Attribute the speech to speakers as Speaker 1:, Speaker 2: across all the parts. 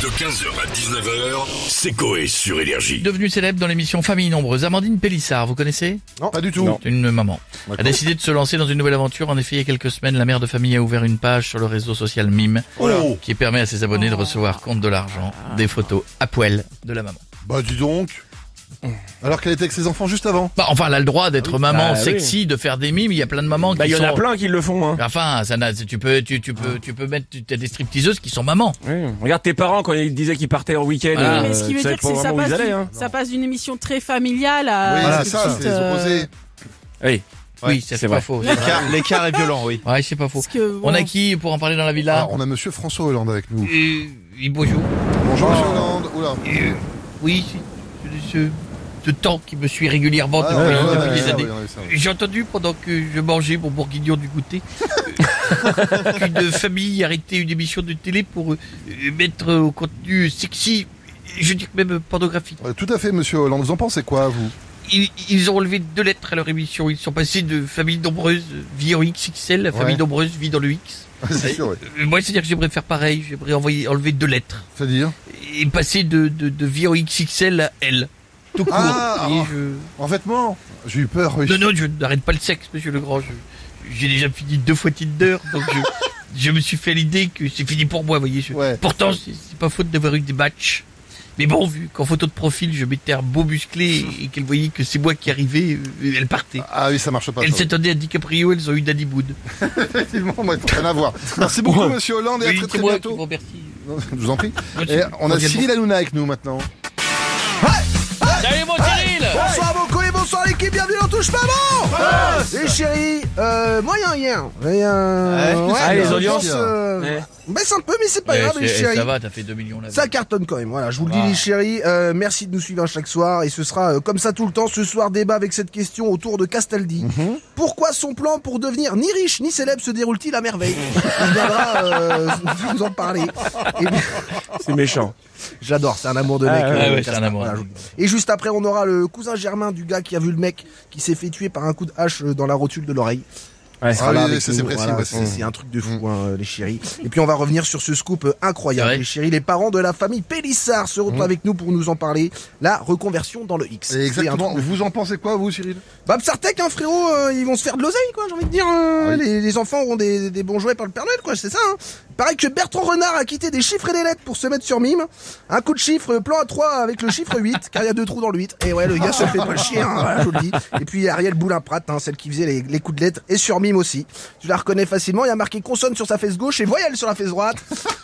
Speaker 1: De 15h à 19h, c'est Coé sur Énergie.
Speaker 2: Devenue célèbre dans l'émission Famille Nombreuse, Amandine Pélissard, vous connaissez
Speaker 3: Non, pas du tout.
Speaker 2: C'est Une maman.
Speaker 3: D'accord.
Speaker 2: A décidé de se lancer dans une nouvelle aventure. En effet, il y a quelques semaines, la mère de famille a ouvert une page sur le réseau social Mime
Speaker 3: Oh là.
Speaker 2: qui permet à ses abonnés de recevoir compte de l'argent, des photos à poil de la maman.
Speaker 3: Bah dis donc. Alors qu'elle était avec ses enfants juste avant.
Speaker 2: Bah, enfin, elle a le droit d'être maman
Speaker 4: Bah, oui.
Speaker 2: sexy, de faire des mimes. Il y a plein de mamans
Speaker 4: Bah,
Speaker 2: qui
Speaker 4: il y en a
Speaker 2: sont-
Speaker 4: plein qui le font. Hein.
Speaker 2: Enfin, ça n'a- tu peux, tu, tu peux, tu peux mettre, tu- t'as des stripteaseuses qui sont mamans.
Speaker 4: Regarde tes parents quand ils disaient qu'ils partaient en week-end.
Speaker 2: Ah,
Speaker 4: euh,
Speaker 5: Oui, mais ce qui
Speaker 4: tu
Speaker 5: veut
Speaker 4: savais
Speaker 5: dire que
Speaker 4: pas
Speaker 5: c'est- ça
Speaker 4: vraiment où
Speaker 5: passe,
Speaker 4: ils allaient.
Speaker 5: d'une-
Speaker 4: Hein.
Speaker 5: ça passe d'une émission très familiale à.
Speaker 3: oui,
Speaker 5: à
Speaker 3: voilà,
Speaker 5: des
Speaker 3: ça,
Speaker 5: petites,
Speaker 3: Ah, c'est les
Speaker 5: euh,
Speaker 3: opposés.
Speaker 4: Oui.
Speaker 2: oui, c'est
Speaker 4: c'est
Speaker 2: pas
Speaker 4: vrai.
Speaker 2: faux. c'est vrai.
Speaker 6: L'écart est violent, oui.
Speaker 2: Ouais, c'est pas faux.
Speaker 5: parce que,
Speaker 2: On a
Speaker 5: bon.
Speaker 2: qui pour en parler dans la
Speaker 3: Ah,
Speaker 2: villa
Speaker 3: on a Monsieur François Hollande avec nous.
Speaker 2: Euh, oui, Bonjour.
Speaker 3: Bonjour Monsieur Hollande. Oula.
Speaker 2: Euh, oui, c'est- c'est ce, ce temps qui me suit régulièrement
Speaker 3: Ah,
Speaker 2: depuis,
Speaker 3: ouais, ouais,
Speaker 2: depuis
Speaker 3: ouais,
Speaker 2: des
Speaker 3: ouais,
Speaker 2: années.
Speaker 3: ouais, ouais, ça va.
Speaker 2: J'ai entendu pendant que je mangeais mon bourguignon du goûter euh, qu'une famille arrêtait une émission de télé pour euh, euh, mettre au contenu sexy, je dis même pornographique.
Speaker 3: Ouais, Tout à fait Monsieur Hollande. Vous en pensez quoi vous
Speaker 2: Ils, ils ont enlevé deux lettres à leur émission. Ils sont passés de famille nombreuse, euh, vie en XXL, à famille
Speaker 3: Ouais.
Speaker 2: nombreuse, vie dans le X.
Speaker 3: C'est sûr. ouais.
Speaker 2: Euh, Moi, c'est-à-dire que j'aimerais faire pareil. J'aimerais envoyer, enlever deux lettres
Speaker 3: C'est-à-dire
Speaker 2: et passer de, de, de vie en XXL à L. Tout court.
Speaker 3: Ah,
Speaker 2: Et
Speaker 3: ah.
Speaker 2: je-
Speaker 3: En vêtements. J'ai eu peur. Oui.
Speaker 2: Non, non, je n'arrête pas le sexe, monsieur Legrand. Je- J'ai déjà fini deux fois Tinder, donc je, je me suis fait l'idée que c'est fini pour moi, voyez. je-
Speaker 3: Ouais.
Speaker 2: Pourtant, c'est c'est pas faute d'avoir eu des matchs. Mais bon, vu qu'en photo de profil, je mettais un beau musclé et qu'elle voyait que c'est moi qui arrivais, euh, elle partait.
Speaker 3: Ah oui, ça marche pas.
Speaker 2: Elle
Speaker 3: ça.
Speaker 2: s'attendait à DiCaprio, elles ont eu Danny Boone.
Speaker 3: Effectivement, ouais, rien à voir. Merci beaucoup Monsieur Hollande et à
Speaker 2: Oui,
Speaker 3: très
Speaker 2: c'est
Speaker 3: très
Speaker 2: moi qui
Speaker 3: bientôt.
Speaker 2: vous remercie.
Speaker 3: Non, Je vous en prie.
Speaker 2: Merci.
Speaker 3: Et on a
Speaker 2: Bien
Speaker 3: Cyril Hanouna avec nous maintenant.
Speaker 2: Salut mon Cyril
Speaker 6: Bonsoir beaucoup et bonsoir l'équipe, bienvenue dans Touche pas bon Les chéris, euh, moyen hier. Et, euh,
Speaker 3: Ouais,
Speaker 4: Ah, les audiences,
Speaker 6: euh,
Speaker 4: Ouais.
Speaker 6: baisse un peu mais c'est pas
Speaker 2: Eh,
Speaker 6: grave
Speaker 2: c'est-
Speaker 6: les
Speaker 2: eh,
Speaker 6: chéris.
Speaker 2: Ça va, t'as fait 2 millions là.
Speaker 6: Ça cartonne quand même, voilà, je vous le
Speaker 2: Ah.
Speaker 6: dis les chéris, euh, merci de nous suivre à chaque soir et ce sera euh, comme ça tout le temps, ce soir débat avec cette question autour de Castaldi.
Speaker 2: Mhm.
Speaker 6: Pourquoi son plan pour devenir ni riche ni célèbre se déroule-t-il à merveille On viendra euh, vous en parler. Et bien-
Speaker 4: C'est méchant.
Speaker 6: J'adore, c'est un amour de mec.
Speaker 4: Ah,
Speaker 2: ouais,
Speaker 6: euh,
Speaker 2: ouais, c'est un amour.
Speaker 6: Voilà, je vous le dis. Et juste après, on aura le cousin germain du gars qui a vu le mec qui s'est fait tuer par un coup de hache euh, dans la rotule de l'oreille.
Speaker 4: Ouais.
Speaker 6: Il sera
Speaker 3: Ah
Speaker 6: là
Speaker 3: oui,
Speaker 6: avec
Speaker 3: ça,
Speaker 6: nous,
Speaker 3: c'est précis,
Speaker 6: voilà,
Speaker 3: ouais. Mm.
Speaker 6: c'est c'est un truc de fou, hein, euh, les chéris. Et puis on va revenir sur ce scoop euh,
Speaker 2: C'est vrai.
Speaker 6: incroyable, les chéris. Les parents de la famille Pélissard se retrouvent avec nous pour nous en parler. La reconversion dans le X.
Speaker 3: Mm. Et
Speaker 6: C'est un
Speaker 3: exactement.
Speaker 6: truc de-
Speaker 3: Vous en pensez quoi vous Cyril
Speaker 6: Bah Psartec, hein, frérot, euh, ils vont se faire de l'oseille, quoi. J'ai envie de dire, euh,
Speaker 3: Ah oui.
Speaker 6: les, les enfants auront des, des bons jouets par le Père Noël, quoi. C'est ça. Hein. Pareil que Bertrand Renard a quitté des chiffres et des lettres pour se mettre sur mime. Un coup de chiffre, plan à 3 avec le chiffre 8, car il y a deux trous dans le 8. Et ouais, le gars se fait pas chier, hein, voilà, je vous le dis. Et puis Ariel Boulin-Prat, hein, celle qui faisait les, les coups de lettres et sur mime aussi. Tu la reconnais facilement. Il y a marqué consonne sur sa fesse gauche et voyelle sur la fesse droite.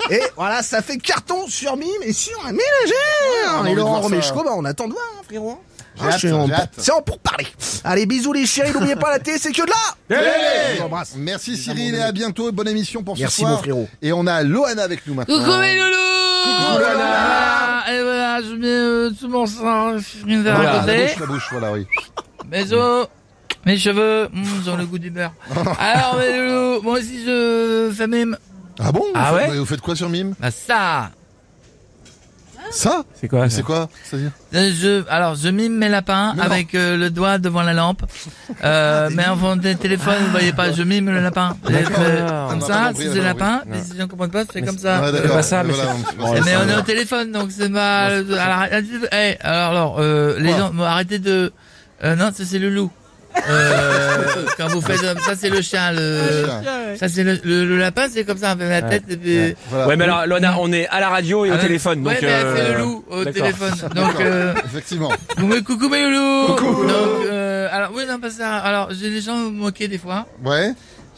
Speaker 6: Et voilà, ça fait carton sur mime et sur la
Speaker 3: on a
Speaker 6: ménagère.
Speaker 3: envie
Speaker 6: et
Speaker 3: de
Speaker 6: Laurent
Speaker 3: voir ça.
Speaker 6: Romeshko, bah, on attend de voir, hein, frérot.
Speaker 3: J'ai hâte,
Speaker 6: c'est en-
Speaker 3: j'ai hâte.
Speaker 6: c'est en pour parler. Allez, bisous les chéris, n'oubliez pas la télé, c'est que de là
Speaker 3: Allez
Speaker 6: vous embrasse.
Speaker 3: Merci Cyril et à bientôt et bonne émission pour ce
Speaker 6: Merci
Speaker 3: soir.
Speaker 6: mon frérot.
Speaker 3: Et on a Loana avec nous maintenant.
Speaker 7: Coucou mes loulous Voilà. Et voilà, je mets euh, tout mon sang, je viens de
Speaker 3: Voilà, la
Speaker 7: raconter.
Speaker 3: bouche, la bouche, voilà, oui.
Speaker 7: Mes os, mes cheveux, hum, ils ont le goût du beurre. Alors mes loulous, moi aussi je fais même...
Speaker 3: Ah bon
Speaker 7: Ah
Speaker 3: vous, faites-
Speaker 7: ouais
Speaker 3: vous faites quoi sur Mime
Speaker 7: Bah ça
Speaker 3: Ça
Speaker 4: C'est quoi
Speaker 3: C'est quoi ça veut dire
Speaker 7: Euh, je, alors, je mime mes lapins
Speaker 3: Mais non. Ah,
Speaker 7: avec euh, le doigt devant la lampe. Euh, mais en fond des téléphones, vous voyez pas, je mime le lapin. Et, euh, Comme
Speaker 3: On a pas
Speaker 7: ça,
Speaker 3: compris,
Speaker 7: c'est
Speaker 3: on a
Speaker 7: le
Speaker 3: pas
Speaker 7: lapin. Mais si je ne comprends pas, c'est comme
Speaker 2: Ah.
Speaker 7: ça.
Speaker 2: Eh
Speaker 3: Ouais,
Speaker 4: pas ça, mais
Speaker 3: voilà, on-
Speaker 2: ben,
Speaker 4: Ouais,
Speaker 7: Eh, Mais
Speaker 4: ça
Speaker 7: on est
Speaker 4: va.
Speaker 7: au téléphone, donc c'est pas. Alors, eh, alors, alors, euh, les
Speaker 3: Quoi
Speaker 7: gens, bon, arrêtez de. euh, non, ça c'est le loup. Euh, quand vous faites ça, c'est le chien.
Speaker 4: Ah,
Speaker 7: Le...
Speaker 3: Voilà.
Speaker 7: Ça c'est le, le- le lapin, c'est comme ça, on fait la tête. et puis-
Speaker 3: Voilà.
Speaker 4: Ouais, mais alors, Lona, on est à la radio et au
Speaker 7: Ah,
Speaker 4: téléphone.
Speaker 7: Ouais,
Speaker 4: donc,
Speaker 7: mais elle fait
Speaker 4: euh,
Speaker 7: le loup au
Speaker 4: d'accord.
Speaker 7: téléphone. Donc, euh,
Speaker 3: Effectivement.
Speaker 7: vous me coucou mes loulous. Donc, euh, alors oui, non pas ça. Alors, j'ai des gens vous moquer des fois.
Speaker 3: Ouais.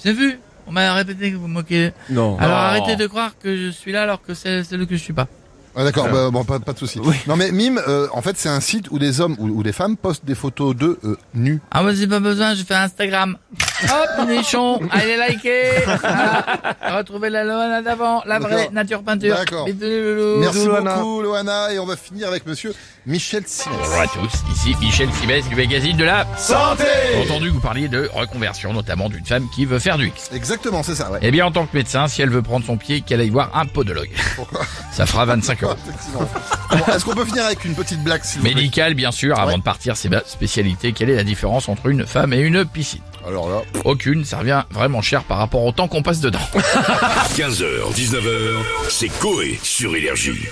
Speaker 7: J'ai vu. On m'a répété que vous moquez.
Speaker 4: Non.
Speaker 7: Alors
Speaker 3: Oh.
Speaker 4: Non.
Speaker 7: arrêtez de croire que je suis là alors que c'est celui que je suis pas.
Speaker 3: Ah, D'accord. bah, bon, pas, pas de souci. Non, mais Mime, euh, en fait, c'est un site où des hommes ou, ou des femmes postent des photos d'eux euh, nus.
Speaker 7: Ah moi j'ai pas besoin, je fais Instagram. Hop, nichon, allez liker. Voilà. Retrouvez la Loana d'avant, la vraie
Speaker 3: D'accord.
Speaker 7: nature peinture.
Speaker 3: D'accord.
Speaker 7: Bisous, loulou.
Speaker 3: Merci
Speaker 6: Loana.
Speaker 3: beaucoup, Loana, et on va finir avec Monsieur Michel Simès.
Speaker 2: Bonjour à tous, ici Michel Simès du magazine de la Santé J'ai entendu que vous parliez de reconversion, notamment d'une femme qui veut faire du X.
Speaker 3: Exactement, c'est ça. Ouais.
Speaker 2: Eh bien, en tant que médecin, si elle veut prendre son pied, qu'elle aille voir un podologue. Ça fera 25 euros.
Speaker 3: d'accord, effectivement. Bon, Est-ce qu'on peut finir avec une petite blague, s'il vous plaît
Speaker 2: Médical, bien sûr, avant
Speaker 3: Ouais.
Speaker 2: de partir, c'est ma spécialité. Quelle est la différence entre une femme et une piscine
Speaker 3: Alors là.
Speaker 2: Aucune, ça revient vraiment cher par rapport au temps qu'on passe dedans.
Speaker 1: 15h, 19h, c'est Coé sur Énergie.